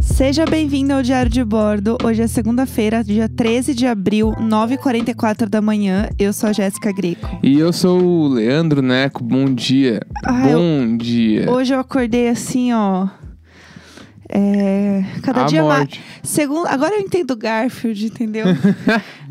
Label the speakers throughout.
Speaker 1: Seja bem-vindo ao Diário de Bordo. Hoje é segunda-feira, dia 13 de abril, 9h44 da manhã. Eu sou a Jéssica Greco.
Speaker 2: E eu sou o Leandro Neco, bom dia.
Speaker 1: Ah, eu-
Speaker 2: bom dia.
Speaker 1: Hoje eu acordei assim, ó. É, cada
Speaker 2: a
Speaker 1: dia mais.
Speaker 2: morte.
Speaker 1: Segunda, agora eu entendo Garfield, entendeu?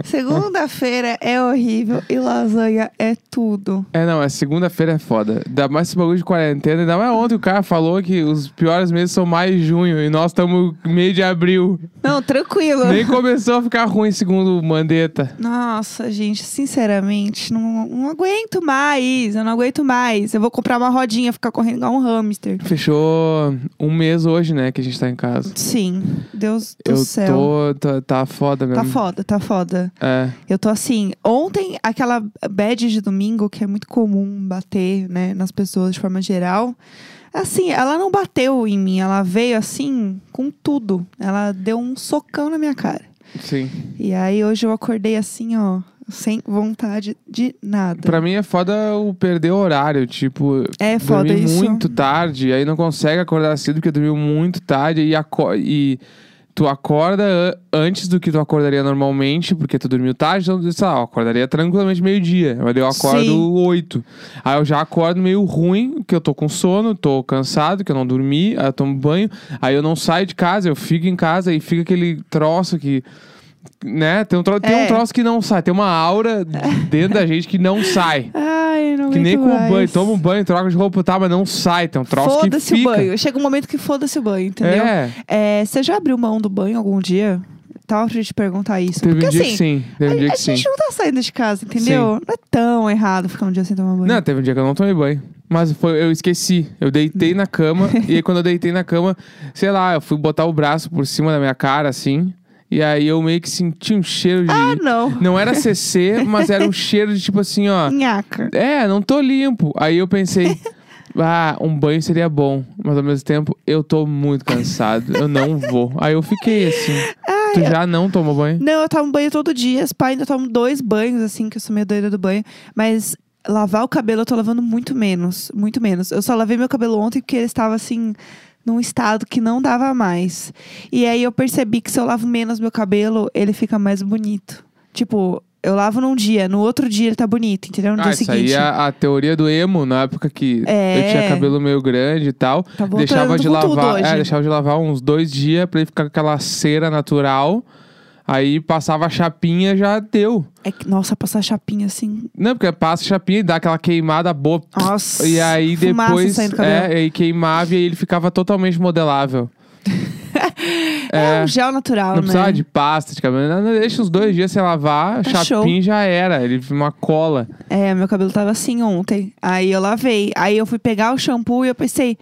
Speaker 1: Segunda-feira é horrível e lasanha é tudo.
Speaker 2: É, não, é segunda-feira é foda. Dá mais esse bagulho de quarentena. Ainda mais ontem o cara falou que os piores meses são mais junho e nós estamos meio de abril.
Speaker 1: Não, tranquilo.
Speaker 2: Nem começou a ficar ruim, segundo o Mandetta.
Speaker 1: Nossa, gente, sinceramente, não, não aguento mais. Eu não aguento mais. Eu vou comprar uma rodinha, ficar correndo igual um hamster.
Speaker 2: Fechou um mês hoje, né, que a gente tá em casa.
Speaker 1: Sim, Deus do
Speaker 2: eu
Speaker 1: céu.
Speaker 2: tô. Tá, tá foda mesmo.
Speaker 1: Tá foda, tá foda.
Speaker 2: É.
Speaker 1: Eu tô assim. Ontem, aquela bad de domingo, que é muito comum bater, né, nas pessoas de forma geral. Assim, ela não bateu em mim, ela veio assim, com tudo. Ela deu um socão na minha cara.
Speaker 2: Sim.
Speaker 1: E aí hoje eu acordei assim, ó, sem vontade de nada.
Speaker 2: Pra mim é foda o perder horário. Tipo,
Speaker 1: É foda
Speaker 2: dormir
Speaker 1: isso.
Speaker 2: muito tarde, aí não consegue acordar cedo porque dormiu muito tarde e, aco- e tu acorda a- antes do que tu acordaria normalmente, porque tu dormiu tarde, então, sei lá, eu acordaria tranquilamente meio-dia, mas daí eu
Speaker 1: Sim.
Speaker 2: acordo oito. Aí eu já acordo meio ruim, que eu tô com sono, tô cansado, que eu não dormi, aí eu tomo banho, aí eu não saio de casa, eu fico em casa e fica aquele troço que... Né? Tem um, tro- tem
Speaker 1: É.
Speaker 2: um troço que não sai, tem uma aura dentro da gente que não sai.
Speaker 1: Ai, eu não
Speaker 2: Que nem
Speaker 1: aguento
Speaker 2: com o
Speaker 1: mais.
Speaker 2: banho, toma um banho, troca de roupa, tá, mas não sai, tem um troço que
Speaker 1: Foda-se
Speaker 2: fica.
Speaker 1: o banho. Chega um momento que foda-se o banho, entendeu?
Speaker 2: É,
Speaker 1: É, você já abriu mão do banho algum dia? Tava pra te perguntar isso.
Speaker 2: teve
Speaker 1: Porque
Speaker 2: um dia
Speaker 1: assim,
Speaker 2: que sim, teve um dia
Speaker 1: a, a
Speaker 2: que sim.
Speaker 1: gente não tá saindo de casa, entendeu? Não é tão errado ficar um dia sem tomar banho.
Speaker 2: Não, teve um dia que eu não tomei banho. Mas foi, eu esqueci. Eu deitei na cama, e aí quando eu deitei na cama, sei lá, eu fui botar o braço por cima da minha cara, assim, e aí eu meio que senti um cheiro de...
Speaker 1: Ah, não.
Speaker 2: Não era CC, mas era um cheiro de tipo assim, ó...
Speaker 1: Nhaca.
Speaker 2: É, não tô limpo. Aí eu pensei, ah, um banho seria bom. Mas ao mesmo tempo, eu tô muito cansado. Eu não vou. Aí eu fiquei assim. tu já não tomou banho?
Speaker 1: Não, eu tomo banho todo dia. As pá, ainda tomo dois banhos, assim, que eu sou meio doida do banho. Mas lavar o cabelo eu tô lavando muito menos. Muito menos. Eu só lavei meu cabelo ontem porque ele estava, assim, num estado que não dava mais. E aí eu percebi que se eu lavo menos meu cabelo, ele fica mais bonito. Tipo, eu lavo num dia, no outro dia ele tá bonito, entendeu? No
Speaker 2: ah,
Speaker 1: dia
Speaker 2: isso
Speaker 1: seguinte.
Speaker 2: aí é a, a teoria do emo, na época que
Speaker 1: É.
Speaker 2: eu tinha cabelo meio grande e tal.
Speaker 1: Tá voltando
Speaker 2: deixava de
Speaker 1: com tudo
Speaker 2: lavar.
Speaker 1: hoje.
Speaker 2: É, deixava de lavar uns dois dias pra ele ficar com aquela cera natural. Aí passava a chapinha, já deu.
Speaker 1: É que, nossa, passar chapinha assim.
Speaker 2: Não, porque passa a chapinha e dá aquela queimada boa.
Speaker 1: Nossa.
Speaker 2: E aí
Speaker 1: fumaça
Speaker 2: depois.
Speaker 1: saindo do cabelo.
Speaker 2: É, e queimava e aí ele ficava totalmente modelável.
Speaker 1: É, um gel natural,
Speaker 2: Não
Speaker 1: né?
Speaker 2: precisava de pasta de cabelo. Não, não, deixa uns dois dias sem lavar,
Speaker 1: Tá
Speaker 2: chapinha já era. Ele vira uma cola.
Speaker 1: É, meu cabelo tava assim ontem. Aí eu lavei. Aí eu fui pegar o shampoo e eu pensei,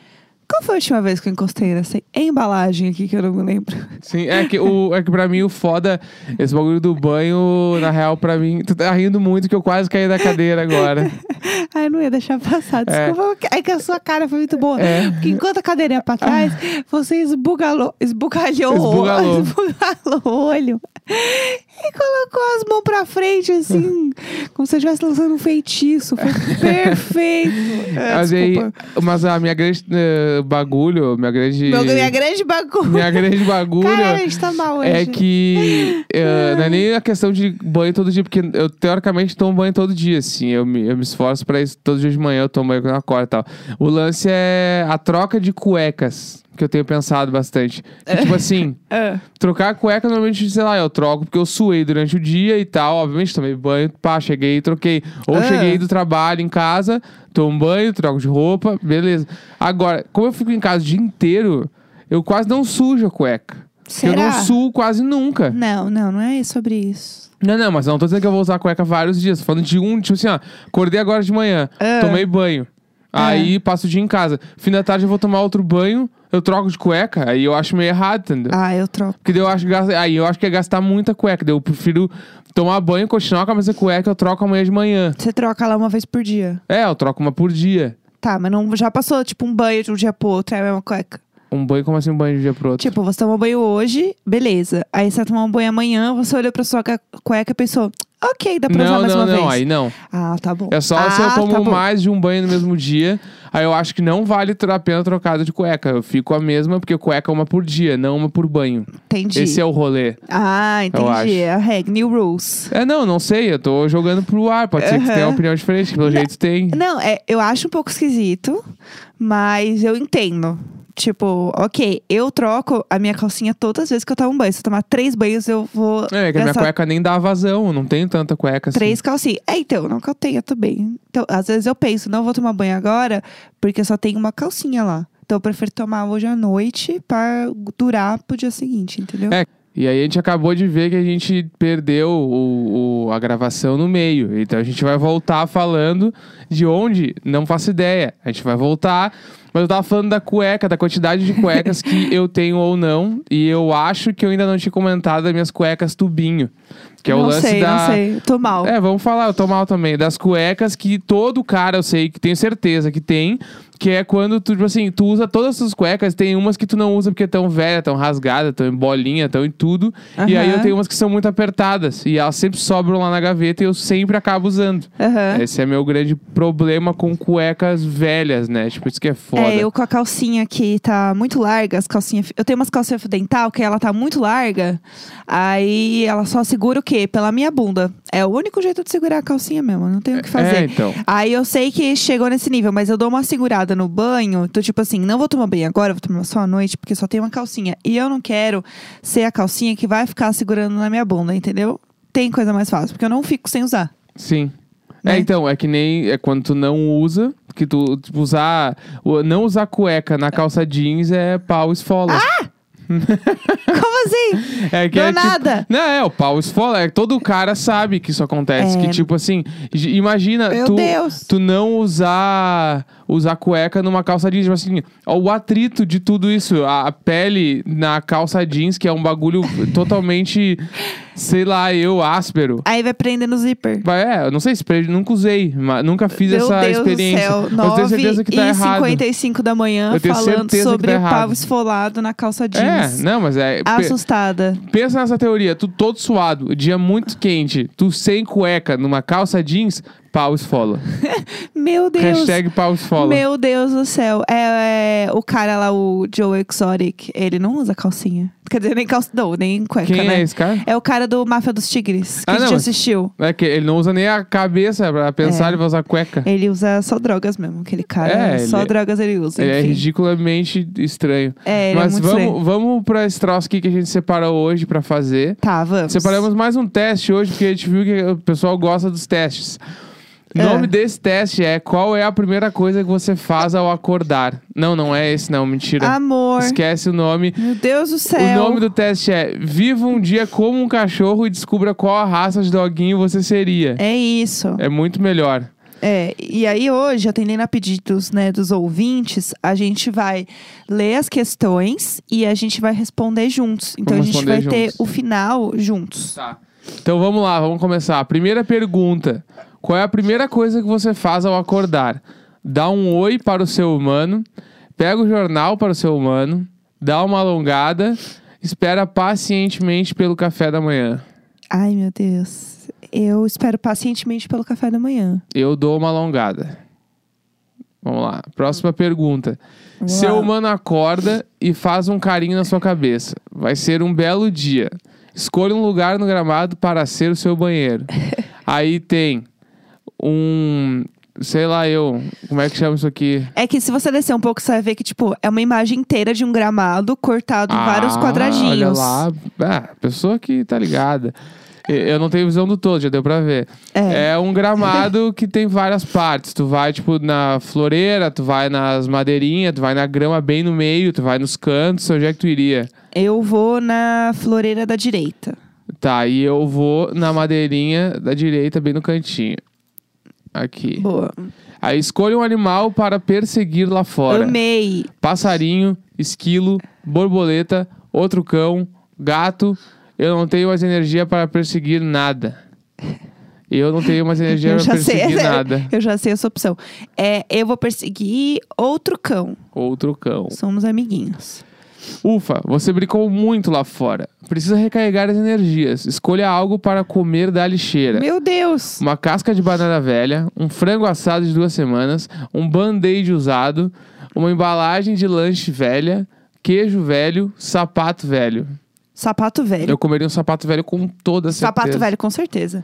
Speaker 1: qual foi a última vez que eu encostei nessa embalagem aqui que eu não me lembro?
Speaker 2: Sim, é que, o, é que pra mim o foda, esse bagulho do banho, na real, pra mim. Tu tá rindo muito que eu quase caí da cadeira agora.
Speaker 1: Ai, não ia deixar passar.
Speaker 2: É.
Speaker 1: Desculpa, é, que a sua cara foi muito boa.
Speaker 2: É. Ah.
Speaker 1: Porque enquanto a cadeira ia pra trás, você esbugalou, esbugalhou,
Speaker 2: Esbugalou.
Speaker 1: esbugalou o olho e colocou as mãos pra frente, assim, como se eu estivesse lançando um feitiço. Foi perfeito. É,
Speaker 2: mas, aí,
Speaker 1: desculpa.
Speaker 2: mas a minha grande eh, bagulho, minha grande.
Speaker 1: Meu, minha grande bagulho.
Speaker 2: minha grande bagulho.
Speaker 1: Cara, a gente tá mal hoje.
Speaker 2: É que eh, não é nem a questão de banho todo dia, porque eu teoricamente tomo banho todo dia, assim. Eu me, eu me esforço pra isso. Todo dia de manhã eu tomo banho quando eu acordo e tal. O lance é a troca de cuecas, que eu tenho pensado bastante. Que, tipo assim,
Speaker 1: Ah.
Speaker 2: trocar a cueca normalmente, sei lá, eu troco porque eu suei durante o dia e tal. Obviamente tomei banho, pá, cheguei e troquei. Ou
Speaker 1: Ah.
Speaker 2: cheguei do trabalho em casa, tomo um banho, troco de roupa, beleza. Agora, como eu fico em casa o dia inteiro, eu quase não sujo a cueca.
Speaker 1: Será?
Speaker 2: Eu não suo quase nunca.
Speaker 1: Não, não, não é sobre isso.
Speaker 2: Não, não, mas não tô dizendo que eu vou usar a cueca vários dias. Tô falando de um, tipo assim, ó. Acordei agora de manhã,
Speaker 1: Ah.
Speaker 2: tomei banho.
Speaker 1: Ah.
Speaker 2: Aí passo o dia em casa. Fim da tarde eu vou tomar outro banho, eu troco de cueca. Aí eu acho meio errado, entendeu?
Speaker 1: Ah, eu troco.
Speaker 2: Porque daí eu acho, que gasta- aí eu acho que é gastar muita cueca. Daí eu prefiro tomar banho, continuar com a mesma cueca, eu troco amanhã de manhã.
Speaker 1: Você troca lá uma vez por dia.
Speaker 2: É, eu troco uma por dia.
Speaker 1: Tá, mas não já passou, tipo, um banho de um dia pro outro, é a mesma cueca.
Speaker 2: Um banho, como assim um banho de um dia pro outro?
Speaker 1: Tipo, você tomou banho hoje, beleza. Aí você vai tomar um banho amanhã, você olhou pra sua ca- cueca e pensou, ok, dá pra usar
Speaker 2: Não,
Speaker 1: mais
Speaker 2: não,
Speaker 1: uma
Speaker 2: não,
Speaker 1: vez.
Speaker 2: aí não.
Speaker 1: Ah, tá bom.
Speaker 2: É só
Speaker 1: ah,
Speaker 2: se eu
Speaker 1: tá
Speaker 2: tomo
Speaker 1: bom.
Speaker 2: mais de um banho no mesmo dia. Aí eu acho que não vale tro- a pena trocada de cueca. Eu fico a mesma, porque cueca é uma por dia, não uma por banho.
Speaker 1: Entendi.
Speaker 2: Esse é o rolê.
Speaker 1: Ah,
Speaker 2: acho.
Speaker 1: entendi. É a regra, new rules.
Speaker 2: É, não, não sei. Eu tô jogando pro ar. Pode ser que você
Speaker 1: Aham.
Speaker 2: tenha uma opinião diferente. que Pelo jeito tem.
Speaker 1: Não, é, eu acho um pouco esquisito, mas eu entendo. Tipo, ok, eu troco a minha calcinha todas as vezes que eu tomo um banho. Se eu tomar três banhos, eu vou
Speaker 2: É, que a minha
Speaker 1: gastar
Speaker 2: cueca nem dá vazão. eu Não tenho tanta cueca assim.
Speaker 1: três calcinhas. É, então, não que eu tenha também. Então, às vezes eu penso, não vou tomar banho agora, porque eu só tenho uma calcinha lá. Então eu prefiro tomar hoje à noite pra durar pro dia seguinte, entendeu?
Speaker 2: É, E aí a gente acabou de ver que a gente perdeu o, o- a gravação no meio. Então a gente vai voltar falando de onde, não faço ideia. A gente vai voltar. Mas eu tava falando da cueca, da quantidade de cuecas que eu tenho ou não. E eu acho que eu ainda não tinha comentado das minhas cuecas tubinho. Que é o
Speaker 1: não
Speaker 2: lance
Speaker 1: sei,
Speaker 2: da.
Speaker 1: não sei. Tô mal.
Speaker 2: É, vamos falar, eu tô mal também. Das cuecas que todo cara, eu sei, que tenho certeza que tem. Que é quando tu, tipo assim, tu usa todas as suas cuecas, tem umas que tu não usa porque é tão velha, tão rasgada, tão em bolinha, tão em tudo. E aí eu
Speaker 1: Aham.
Speaker 2: tenho umas que são muito apertadas. E elas sempre sobram lá na gaveta e eu sempre acabo usando.
Speaker 1: Aham.
Speaker 2: Esse é meu grande problema com cuecas velhas, né? Tipo, isso que é foda.
Speaker 1: É, eu com a calcinha que tá muito larga, as calcinhas. Eu tenho umas calcinhas fio dental que ela tá muito larga. Aí ela só segura o quê? Pela minha bunda. É o único jeito de segurar a calcinha mesmo, não tem o que fazer.
Speaker 2: É, então.
Speaker 1: Aí eu sei que chegou nesse nível, mas eu dou uma segurada no banho. Tô tipo assim, não vou tomar banho agora, vou tomar só à noite, porque só tem uma calcinha. E eu não quero ser a calcinha que vai ficar segurando na minha bunda, entendeu? Tem coisa mais fácil, porque eu não fico sem usar.
Speaker 2: Sim.
Speaker 1: Né?
Speaker 2: É, então, é que nem é quando tu não usa, que tu tipo, usar. o- Não usar cueca na calça jeans é pau esfola.
Speaker 1: Ah, Como assim?
Speaker 2: é
Speaker 1: do
Speaker 2: é,
Speaker 1: nada.
Speaker 2: Tipo, não, é, o pau esfola. É, todo cara sabe que isso acontece.
Speaker 1: É.
Speaker 2: Que tipo assim, j- imagina
Speaker 1: Meu
Speaker 2: tu,
Speaker 1: Deus.
Speaker 2: tu não usar usar cueca numa calça jeans. Tipo assim, ó, o atrito de tudo isso, a, a pele na calça jeans, que é um bagulho totalmente, sei lá, eu, áspero.
Speaker 1: Aí vai prender no zíper.
Speaker 2: Vai, é, eu não sei se prende, nunca usei, mas nunca fiz
Speaker 1: Meu
Speaker 2: essa
Speaker 1: Deus do
Speaker 2: experiência.
Speaker 1: céu,
Speaker 2: mas eu tenho
Speaker 1: 9
Speaker 2: certeza que tá
Speaker 1: e
Speaker 2: errado.
Speaker 1: 55 da manhã
Speaker 2: Eu tenho
Speaker 1: falando
Speaker 2: certeza que
Speaker 1: sobre
Speaker 2: tá
Speaker 1: o
Speaker 2: errado.
Speaker 1: pau esfolado na calça
Speaker 2: É,
Speaker 1: jeans.
Speaker 2: não, mas é. pe-
Speaker 1: Assustada.
Speaker 2: pensa nessa teoria, tu todo suado, dia muito quente, tu sem cueca, numa calça jeans, pau esfola.
Speaker 1: Meu Deus.
Speaker 2: Hashtag pau esfola.
Speaker 1: Meu Deus do céu. É, é, o cara lá, o Joe Exotic, ele não usa calcinha. Quer dizer, nem calça. Não, nem cueca,
Speaker 2: Quem
Speaker 1: né?
Speaker 2: é esse cara?
Speaker 1: É o cara do Máfia dos Tigres, que a
Speaker 2: Ah,
Speaker 1: gente
Speaker 2: não, mas-
Speaker 1: assistiu.
Speaker 2: É que ele não usa nem a cabeça pra pensar,
Speaker 1: É.
Speaker 2: ele vai usar cueca.
Speaker 1: Ele usa só drogas mesmo, aquele cara.
Speaker 2: É,
Speaker 1: só
Speaker 2: ele-
Speaker 1: drogas ele usa.
Speaker 2: Ele é
Speaker 1: enfim.
Speaker 2: ridiculamente estranho.
Speaker 1: É, ele é
Speaker 2: mas
Speaker 1: muito estranho.
Speaker 2: vamos, vamos pra esse troço aqui que a gente separou hoje pra fazer.
Speaker 1: Tá, vamos.
Speaker 2: Separamos mais um teste hoje, porque a gente viu que o pessoal gosta dos testes. O
Speaker 1: É.
Speaker 2: nome desse teste é qual é a primeira coisa que você faz ao acordar. Não, não é esse não,
Speaker 1: Ah,
Speaker 2: mentira.
Speaker 1: Amor.
Speaker 2: Esquece o nome.
Speaker 1: Meu Deus do
Speaker 2: O
Speaker 1: céu.
Speaker 2: nome do teste é Viva um dia como um cachorro e descubra qual a raça de doguinho você seria.
Speaker 1: É isso.
Speaker 2: É muito melhor.
Speaker 1: É, e aí hoje, atendendo a pedidos né, dos ouvintes, a gente vai ler as questões e a gente vai responder juntos. Então
Speaker 2: Vamos
Speaker 1: a gente vai
Speaker 2: responder
Speaker 1: ter
Speaker 2: juntos.
Speaker 1: o final juntos.
Speaker 2: Tá. Então vamos lá, vamos começar. A primeira pergunta: Qual é a primeira coisa que você faz ao acordar? Dá um oi para o seu humano, pega o jornal para o seu humano, dá uma alongada, espera pacientemente pelo café da manhã.
Speaker 1: Ai, meu Deus. Eu espero pacientemente pelo café da manhã.
Speaker 2: Eu dou uma alongada. Vamos lá. Próxima pergunta.
Speaker 1: Hum. Vamos
Speaker 2: Seu
Speaker 1: lá.
Speaker 2: humano acorda e faz um carinho na sua cabeça. Vai ser um belo dia. Escolha um lugar no gramado para ser o seu banheiro. Aí tem um. Sei lá, eu. Como é que chama isso aqui?
Speaker 1: É que se você descer um pouco, você vai ver que, tipo, é uma imagem inteira de um gramado cortado em vários
Speaker 2: Ah,
Speaker 1: quadradinhos.
Speaker 2: Olha lá. Ah, pessoa que tá ligada. E- Eu não tenho visão do todo, já deu pra ver.
Speaker 1: É.
Speaker 2: um gramado que tem várias partes. Tu vai, tipo, na floreira, tu vai nas madeirinhas, tu vai na grama bem no meio, tu vai nos cantos, onde é que tu iria?
Speaker 1: Eu vou na floreira da direita.
Speaker 2: Tá, e eu vou na madeirinha da direita, bem no cantinho. Aqui.
Speaker 1: Boa.
Speaker 2: Aí escolha um animal para perseguir lá fora.
Speaker 1: Amei.
Speaker 2: Passarinho, esquilo, borboleta, outro cão, gato. Eu não tenho mais energia para perseguir nada. Eu não tenho mais energia
Speaker 1: eu
Speaker 2: para
Speaker 1: já sei.
Speaker 2: perseguir nada.
Speaker 1: Eu já sei essa opção. É, eu vou perseguir outro cão.
Speaker 2: Outro cão.
Speaker 1: Somos amiguinhos.
Speaker 2: Ufa, você brincou muito lá fora. Precisa recarregar as energias. Escolha algo para comer da lixeira.
Speaker 1: Meu Deus!
Speaker 2: Uma casca de banana velha, um frango assado de duas semanas, um band-aid usado, uma embalagem de lanche velha, queijo velho, sapato velho.
Speaker 1: Sapato velho.
Speaker 2: Eu comeria um sapato velho com toda certeza.
Speaker 1: Sapato velho, com certeza.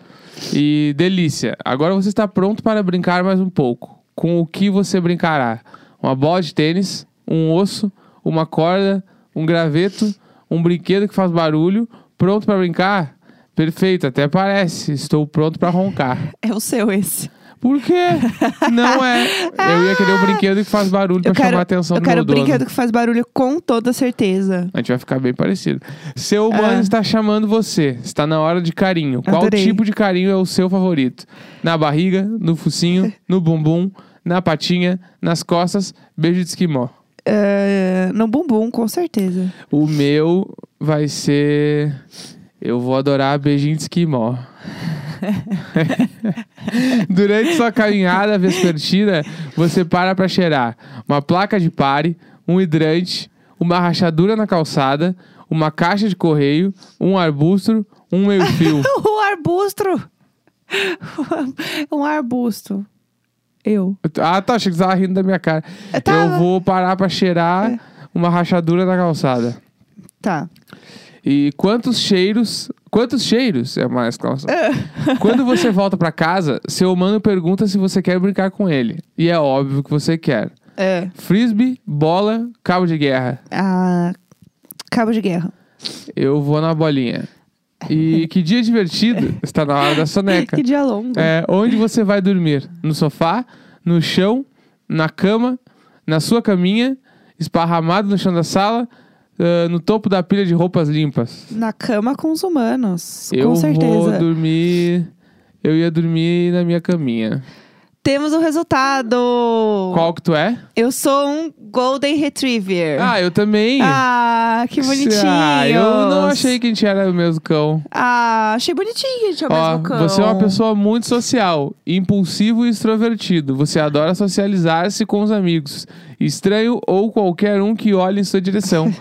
Speaker 2: E delícia, agora você está pronto para brincar mais um pouco. Com o que você brincará? Uma bola de tênis, um osso, uma corda, um graveto, um brinquedo que faz barulho. Pronto para brincar? Perfeito, até parece. Estou pronto para roncar.
Speaker 1: É o seu esse.
Speaker 2: Por quê? Não é. Eu ia querer um brinquedo que faz barulho para
Speaker 1: eu quero,
Speaker 2: chamar a atenção
Speaker 1: eu
Speaker 2: do
Speaker 1: quero um
Speaker 2: meu dono.
Speaker 1: brinquedo que faz barulho com toda certeza.
Speaker 2: A gente vai ficar bem parecido. Seu humano está chamando você. Está na hora de carinho. Qual
Speaker 1: Adorei.
Speaker 2: tipo de carinho é o seu favorito? Na barriga, no focinho, no bumbum, na patinha, nas costas, beijo de esquimó.
Speaker 1: É, no bumbum, com certeza.
Speaker 2: O meu vai ser. Eu vou adorar beijinho de esquimó. Durante sua caminhada vespertina, você para para cheirar uma placa de pare, um hidrante, uma rachadura na calçada, uma caixa de correio, um arbusto, um meio-fio.
Speaker 1: O arbusto! Um arbusto. Eu.
Speaker 2: ah, tá, achei que você tava rindo da minha cara.
Speaker 1: Eu tava. É.
Speaker 2: Eu vou parar para cheirar uma rachadura na calçada.
Speaker 1: Tá.
Speaker 2: E quantos cheiros. Quantos cheiros? É uma exclamação. Quando você volta pra casa, seu humano pergunta se você quer brincar com ele. E é óbvio que você quer.
Speaker 1: É.
Speaker 2: Frisbee, bola, cabo de guerra.
Speaker 1: Ah, cabo de guerra.
Speaker 2: Eu vou na bolinha. E que dia divertido! Está na hora da soneca.
Speaker 1: Que dia longo.
Speaker 2: É, onde você vai dormir? No sofá, no chão, na cama, na sua caminha, esparramado no chão da sala, ah, no topo da pilha de roupas limpas.
Speaker 1: Na cama com os humanos.
Speaker 2: Eu
Speaker 1: com certeza.
Speaker 2: vou dormir. Eu ia dormir na minha caminha.
Speaker 1: Temos o resultado!
Speaker 2: Qual que tu é?
Speaker 1: Eu sou um Golden Retriever.
Speaker 2: Ah, eu também.
Speaker 1: É. Ah, que bonitinho!
Speaker 2: Ah, eu não achei que a gente era o mesmo cão.
Speaker 1: Ah, achei bonitinho, gente, é o
Speaker 2: Ó,
Speaker 1: mesmo cão.
Speaker 2: você é uma pessoa muito social, impulsivo e extrovertido. Você adora socializar-se com os amigos, estranho ou qualquer um que olhe em sua direção.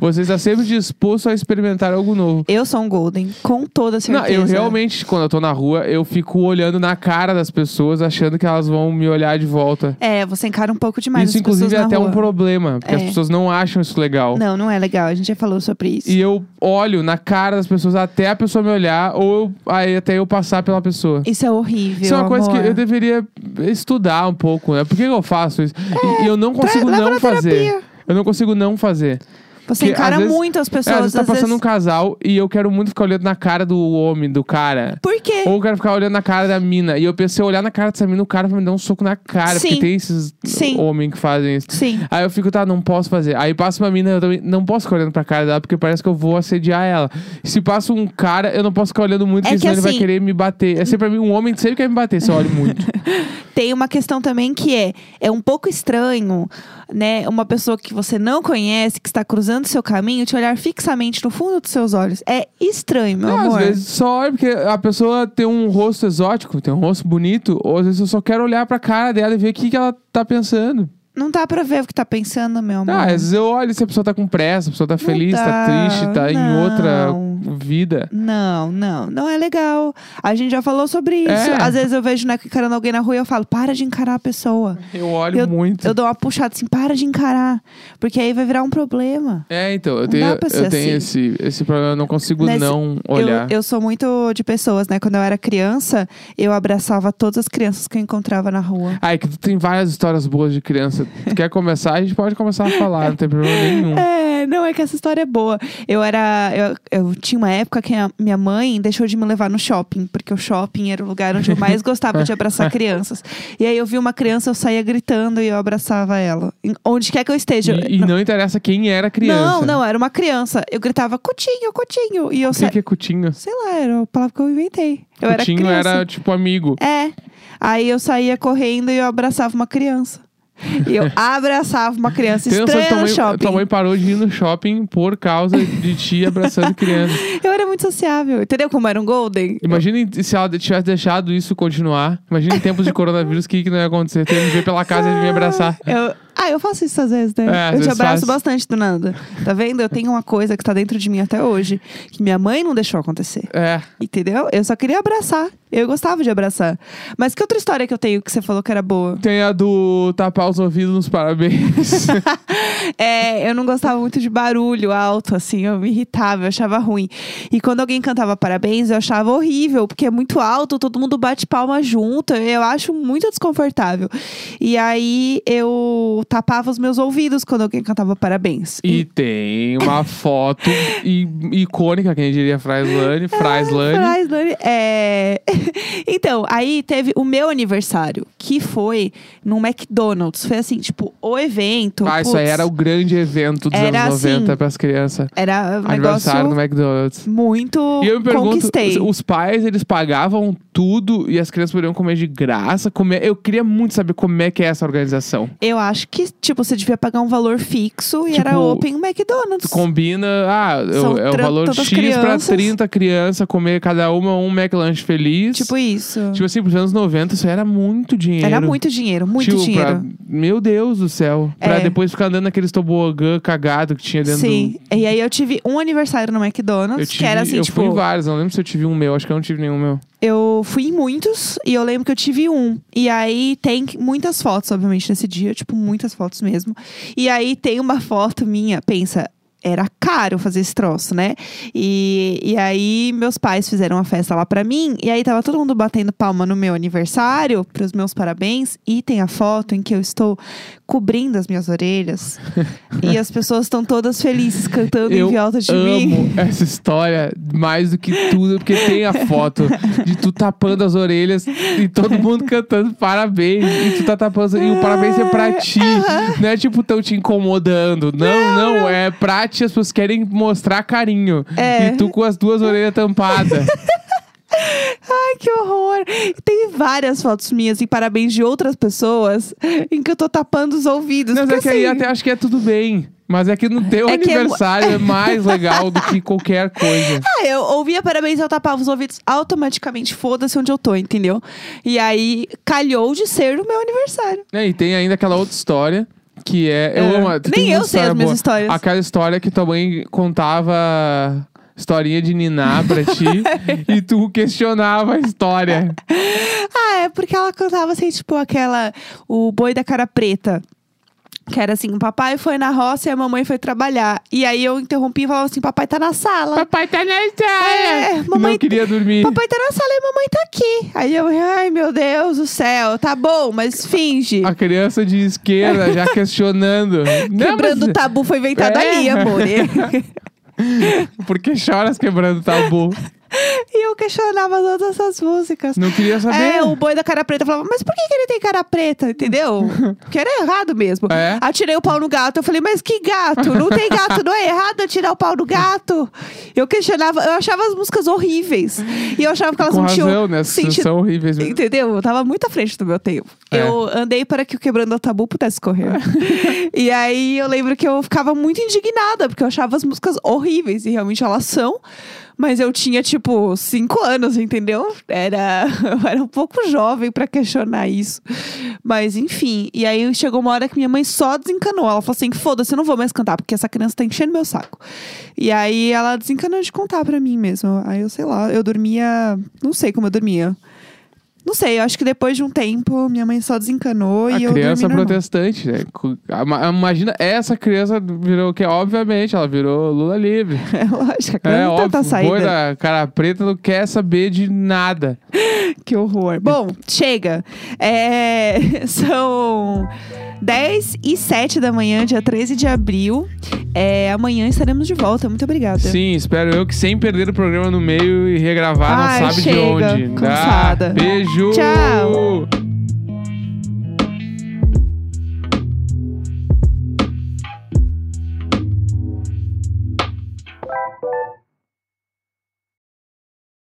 Speaker 2: você está sempre disposto a experimentar algo novo.
Speaker 1: Eu sou um Golden, com toda certeza.
Speaker 2: Não, eu realmente, quando eu tô na rua, eu fico olhando na cara das pessoas, achando que elas vão me olhar de volta.
Speaker 1: É, você encara um pouco demais
Speaker 2: isso,
Speaker 1: as pessoas
Speaker 2: inclusive, é
Speaker 1: na
Speaker 2: até
Speaker 1: rua.
Speaker 2: um problema, porque as
Speaker 1: É.
Speaker 2: pessoas não acham isso legal.
Speaker 1: Não, não é legal, a gente já falou sobre isso.
Speaker 2: E eu olho na cara das pessoas até a pessoa me olhar, ou eu- aí até eu passar pela pessoa.
Speaker 1: Isso é horrível,
Speaker 2: Isso é uma coisa
Speaker 1: amor.
Speaker 2: que eu deveria estudar um pouco, né? Por que que eu faço isso? E- e eu não consigo
Speaker 1: É, leva
Speaker 2: não
Speaker 1: na
Speaker 2: fazer.
Speaker 1: terapia.
Speaker 2: Eu não consigo não fazer.
Speaker 1: Você
Speaker 2: Porque,
Speaker 1: encara
Speaker 2: às vezes-
Speaker 1: muito as
Speaker 2: é, às
Speaker 1: pessoas.
Speaker 2: vezes tá
Speaker 1: às
Speaker 2: passando um
Speaker 1: vezes-
Speaker 2: casal e eu quero muito ficar olhando na cara do homem, do cara.
Speaker 1: Por quê?
Speaker 2: Ou eu quero ficar olhando na cara da mina. E eu pensei, olhar na cara dessa mina, o cara vai me dar um soco na cara.
Speaker 1: Sim.
Speaker 2: Porque tem esses
Speaker 1: Sim.
Speaker 2: homens que fazem isso.
Speaker 1: Sim.
Speaker 2: Aí eu fico, tá, não posso fazer. Aí passa uma mina, eu também não posso ficar olhando pra cara dela, porque parece que eu vou assediar ela. Se passa um cara, eu não posso ficar olhando muito,
Speaker 1: É
Speaker 2: porque
Speaker 1: que
Speaker 2: senão ele vai
Speaker 1: assim-
Speaker 2: querer me bater. É sempre pra mim, um homem que sempre quer me bater, se eu olho muito.
Speaker 1: Tem uma questão também que é, é um pouco estranho, né? Uma pessoa que você não conhece, que está cruzando seu caminho, te olhar fixamente no fundo dos seus olhos. É estranho, meu
Speaker 2: Não,
Speaker 1: amor. é.
Speaker 2: às vezes só olho, porque a pessoa tem um rosto exótico, tem um rosto bonito, ou às vezes eu só quero olhar pra cara dela e ver o que, que ela tá pensando.
Speaker 1: Não dá pra ver o que tá pensando, meu amor.
Speaker 2: Ah, às vezes eu olho se a pessoa tá com pressa, a pessoa tá feliz,
Speaker 1: dá,
Speaker 2: tá triste, tá em outra
Speaker 1: não.
Speaker 2: vida.
Speaker 1: Não, não, não é legal. A gente já falou sobre isso.
Speaker 2: É.
Speaker 1: Às vezes eu vejo né, encarando alguém na rua e eu falo, para de encarar a pessoa.
Speaker 2: Eu olho muito.
Speaker 1: Eu dou uma puxada assim, para de encarar. Porque aí vai virar um problema.
Speaker 2: É, então, eu
Speaker 1: Não
Speaker 2: tenho,
Speaker 1: dá pra ser
Speaker 2: eu tenho esse, esse problema, eu não consigo
Speaker 1: Nesse-
Speaker 2: não
Speaker 1: Eu-
Speaker 2: olhar.
Speaker 1: Eu, sou muito de pessoas, né? Quando eu era criança, eu abraçava todas as crianças que eu encontrava na rua.
Speaker 2: Ah, é que tu tem várias histórias boas de criança. Tu quer começar? A gente pode começar a falar, não tem problema nenhum.
Speaker 1: É, não, é que essa história é boa. Eu era. Eu, eu tinha uma época que a minha mãe deixou de me levar no shopping, porque o shopping era o lugar onde eu mais gostava de abraçar crianças. E aí eu vi uma criança, eu saía gritando e eu abraçava ela. Em- Onde quer que eu esteja.
Speaker 2: E, e
Speaker 1: não,
Speaker 2: não interessa quem era a criança.
Speaker 1: não, não, era uma criança. Eu gritava, Cutinho, Cutinho. E eu
Speaker 2: O que,
Speaker 1: saía.
Speaker 2: que é cutinho?
Speaker 1: Sei lá, era a palavra que eu inventei. Eu
Speaker 2: cutinho
Speaker 1: era
Speaker 2: era,
Speaker 1: criança.
Speaker 2: tipo amigo.
Speaker 1: É. Aí eu saía correndo e eu abraçava uma criança. E eu abraçava uma criança
Speaker 2: Tem noção que
Speaker 1: estranha
Speaker 2: tua
Speaker 1: no
Speaker 2: mãe,
Speaker 1: shopping.
Speaker 2: tua mãe parou de ir no shopping por causa de ti abraçando criança.
Speaker 1: Eu era muito sociável. Entendeu como era um golden?
Speaker 2: Imagina em- se ela tivesse deixado isso continuar. Imagina em tempos de coronavírus, o que, que não ia acontecer? Tu ia me ver pela casa e ele me abraçar.
Speaker 1: Eu, Ah, eu faço isso às vezes, né?
Speaker 2: É, às
Speaker 1: eu te
Speaker 2: vezes
Speaker 1: abraço
Speaker 2: faz.
Speaker 1: bastante do nada. Tá vendo? Eu tenho uma coisa que tá dentro de mim até hoje, que minha mãe não deixou acontecer.
Speaker 2: É.
Speaker 1: Entendeu? Eu só queria abraçar. Eu gostava de abraçar. Mas que outra história que eu tenho que você falou que era boa?
Speaker 2: Tem a do tapar os ouvidos nos parabéns.
Speaker 1: É, eu não gostava muito de barulho alto, assim, eu me irritava, eu achava ruim. E quando alguém cantava parabéns, eu achava horrível, porque é muito alto, todo mundo bate palma junto, eu acho muito desconfortável. E aí eu tapava os meus ouvidos quando alguém cantava parabéns.
Speaker 2: e tem uma foto i- icônica, quem diria Fraislane. Fraislane.
Speaker 1: Fraislane, Ah, é. então, aí teve o meu aniversário, que foi no McDonald's. Foi assim, tipo, o evento.
Speaker 2: Ah, isso aí
Speaker 1: putz,
Speaker 2: era o grande evento dos
Speaker 1: Era
Speaker 2: anos 90
Speaker 1: assim,
Speaker 2: para as crianças.
Speaker 1: Era um
Speaker 2: Aniversário
Speaker 1: negócio
Speaker 2: no McDonald's.
Speaker 1: muito
Speaker 2: E eu me pergunto,
Speaker 1: conquistei.
Speaker 2: os pais, eles pagavam tudo e as crianças poderiam comer de graça. Comer... Eu queria muito saber como é que é essa organização.
Speaker 1: Eu acho que, tipo, você devia pagar um valor fixo e
Speaker 2: Tipo,
Speaker 1: era open McDonald's.
Speaker 2: Tu combina, ah, eu-
Speaker 1: São
Speaker 2: é o
Speaker 1: tran-
Speaker 2: valor
Speaker 1: tantas
Speaker 2: X pra
Speaker 1: crianças.
Speaker 2: 30 crianças, comer cada uma um McLanche feliz.
Speaker 1: Tipo isso.
Speaker 2: Tipo assim, pros anos 90, isso era muito dinheiro.
Speaker 1: era muito dinheiro, muito
Speaker 2: Tipo,
Speaker 1: dinheiro.
Speaker 2: pra- Meu Deus do céu. Pra
Speaker 1: É.
Speaker 2: depois ficar andando naqueles tobogã cagado que tinha dentro
Speaker 1: Sim. E aí eu tive um aniversário no
Speaker 2: do... Eu,
Speaker 1: McDonald's,
Speaker 2: tive,
Speaker 1: que era assim,
Speaker 2: eu
Speaker 1: tipo,
Speaker 2: fui em vários, não lembro se eu tive um meu, acho que eu não tive nenhum meu.
Speaker 1: eu fui em muitos e eu lembro que eu tive um. E aí tem que- muitas fotos, obviamente, nesse dia, tipo, muitas fotos mesmo. E aí tem uma foto minha, pensa. Era caro fazer esse troço, né? E, e aí, meus pais fizeram uma festa lá pra mim. E aí, tava todo mundo batendo palma no meu aniversário, pros meus parabéns. E tem a foto em que eu estou cobrindo as minhas orelhas. e as pessoas estão todas felizes cantando
Speaker 2: eu
Speaker 1: em volta de mim.
Speaker 2: amo essa história mais do que tudo, porque tem a foto de tu tapando as orelhas e todo mundo cantando parabéns. E tu tá tapando as- e o parabéns é pra ti. Não é tipo tão te incomodando. Não, não, é pra ti, as pessoas querem mostrar carinho.
Speaker 1: É.
Speaker 2: E tu com as duas orelhas tampadas.
Speaker 1: Ai, que horror! Tem várias fotos minhas e parabéns de outras pessoas em que eu tô tapando os ouvidos.
Speaker 2: não, mas é
Speaker 1: porque,
Speaker 2: que aí
Speaker 1: assim,
Speaker 2: até acho que é tudo bem. Mas é que no teu
Speaker 1: É que é mu-
Speaker 2: aniversário é mais legal do que qualquer coisa.
Speaker 1: Ah, eu ouvia parabéns e eu tapava os ouvidos automaticamente. Foda-se onde eu tô, entendeu? E aí, calhou de ser o meu aniversário.
Speaker 2: É, e tem ainda aquela outra história que é. Eu
Speaker 1: É.
Speaker 2: amo. tem
Speaker 1: Nem
Speaker 2: muita
Speaker 1: eu sei
Speaker 2: história
Speaker 1: as minhas
Speaker 2: boa.
Speaker 1: histórias.
Speaker 2: Aquela história que tua mãe contava. Historinha de Niná pra ti e tu questionava a história.
Speaker 1: Ah, é porque ela cantava assim, tipo aquela... O boi da cara preta. Que era assim, o papai foi na roça e a mamãe foi trabalhar. E aí eu interrompi e falava assim, papai tá na sala.
Speaker 2: Papai tá na
Speaker 1: É,
Speaker 2: história!
Speaker 1: mamãe-
Speaker 2: Não queria dormir.
Speaker 1: Papai tá na sala e a mamãe tá aqui. Aí eu, ai meu Deus do céu, tá bom, mas finge.
Speaker 2: A criança de esquerda já questionando. Não,
Speaker 1: Quebrando o
Speaker 2: Ah, né, mas-
Speaker 1: tabu foi inventado
Speaker 2: É.
Speaker 1: ali, amor.
Speaker 2: Por que choras quebrando tabu?
Speaker 1: e eu questionava todas essas músicas.
Speaker 2: Não queria saber.
Speaker 1: É, o boi da cara preta falava, mas por que, que ele tem cara preta? Entendeu? Porque era errado mesmo.
Speaker 2: É?
Speaker 1: Atirei o pau no gato. Eu falei, mas que gato? Não tem gato, não é errado atirar o pau no gato. Eu questionava, eu achava as músicas horríveis. E eu achava que elas
Speaker 2: Com
Speaker 1: não tinham
Speaker 2: razão, né?
Speaker 1: sentido
Speaker 2: São horríveis. mesmo.
Speaker 1: Entendeu? Eu tava muito à frente do meu tempo.
Speaker 2: É.
Speaker 1: Eu andei para que o Quebrando o Tabu pudesse correr. e aí eu lembro que eu ficava muito indignada, porque eu achava as músicas horríveis, e realmente elas são. Mas eu tinha, tipo, cinco anos, entendeu? Era, eu era um pouco jovem para questionar isso. Mas enfim. E aí chegou uma hora que minha mãe só desencanou. Ela falou assim: foda-se, eu não vou mais cantar, porque essa criança tá enchendo meu saco. E aí ela desencanou de contar pra mim mesmo. Aí eu sei lá, eu dormia. Não sei como eu dormia. Não sei, eu acho que depois de um tempo, minha mãe só desencanou
Speaker 2: A
Speaker 1: e eu
Speaker 2: criança
Speaker 1: dormi normal.
Speaker 2: protestante, né? Cu- ama- Imagina, essa criança virou o quê? Obviamente, ela virou Lula livre.
Speaker 1: É lógico, a criança
Speaker 2: É
Speaker 1: não
Speaker 2: óbvio,
Speaker 1: tenta sair. né?
Speaker 2: boi da cara preta não quer saber de nada.
Speaker 1: Que horror. Bom, chega. É, são 10 e 7 da manhã, dia 13 de abril. É, amanhã estaremos de volta. Muito obrigada.
Speaker 2: Sim, espero eu que sem perder o programa no meio e regravar,
Speaker 1: Ai,
Speaker 2: não sabe
Speaker 1: chega,
Speaker 2: de onde. Ah,
Speaker 1: cansada.
Speaker 2: beijo!
Speaker 1: Tchau.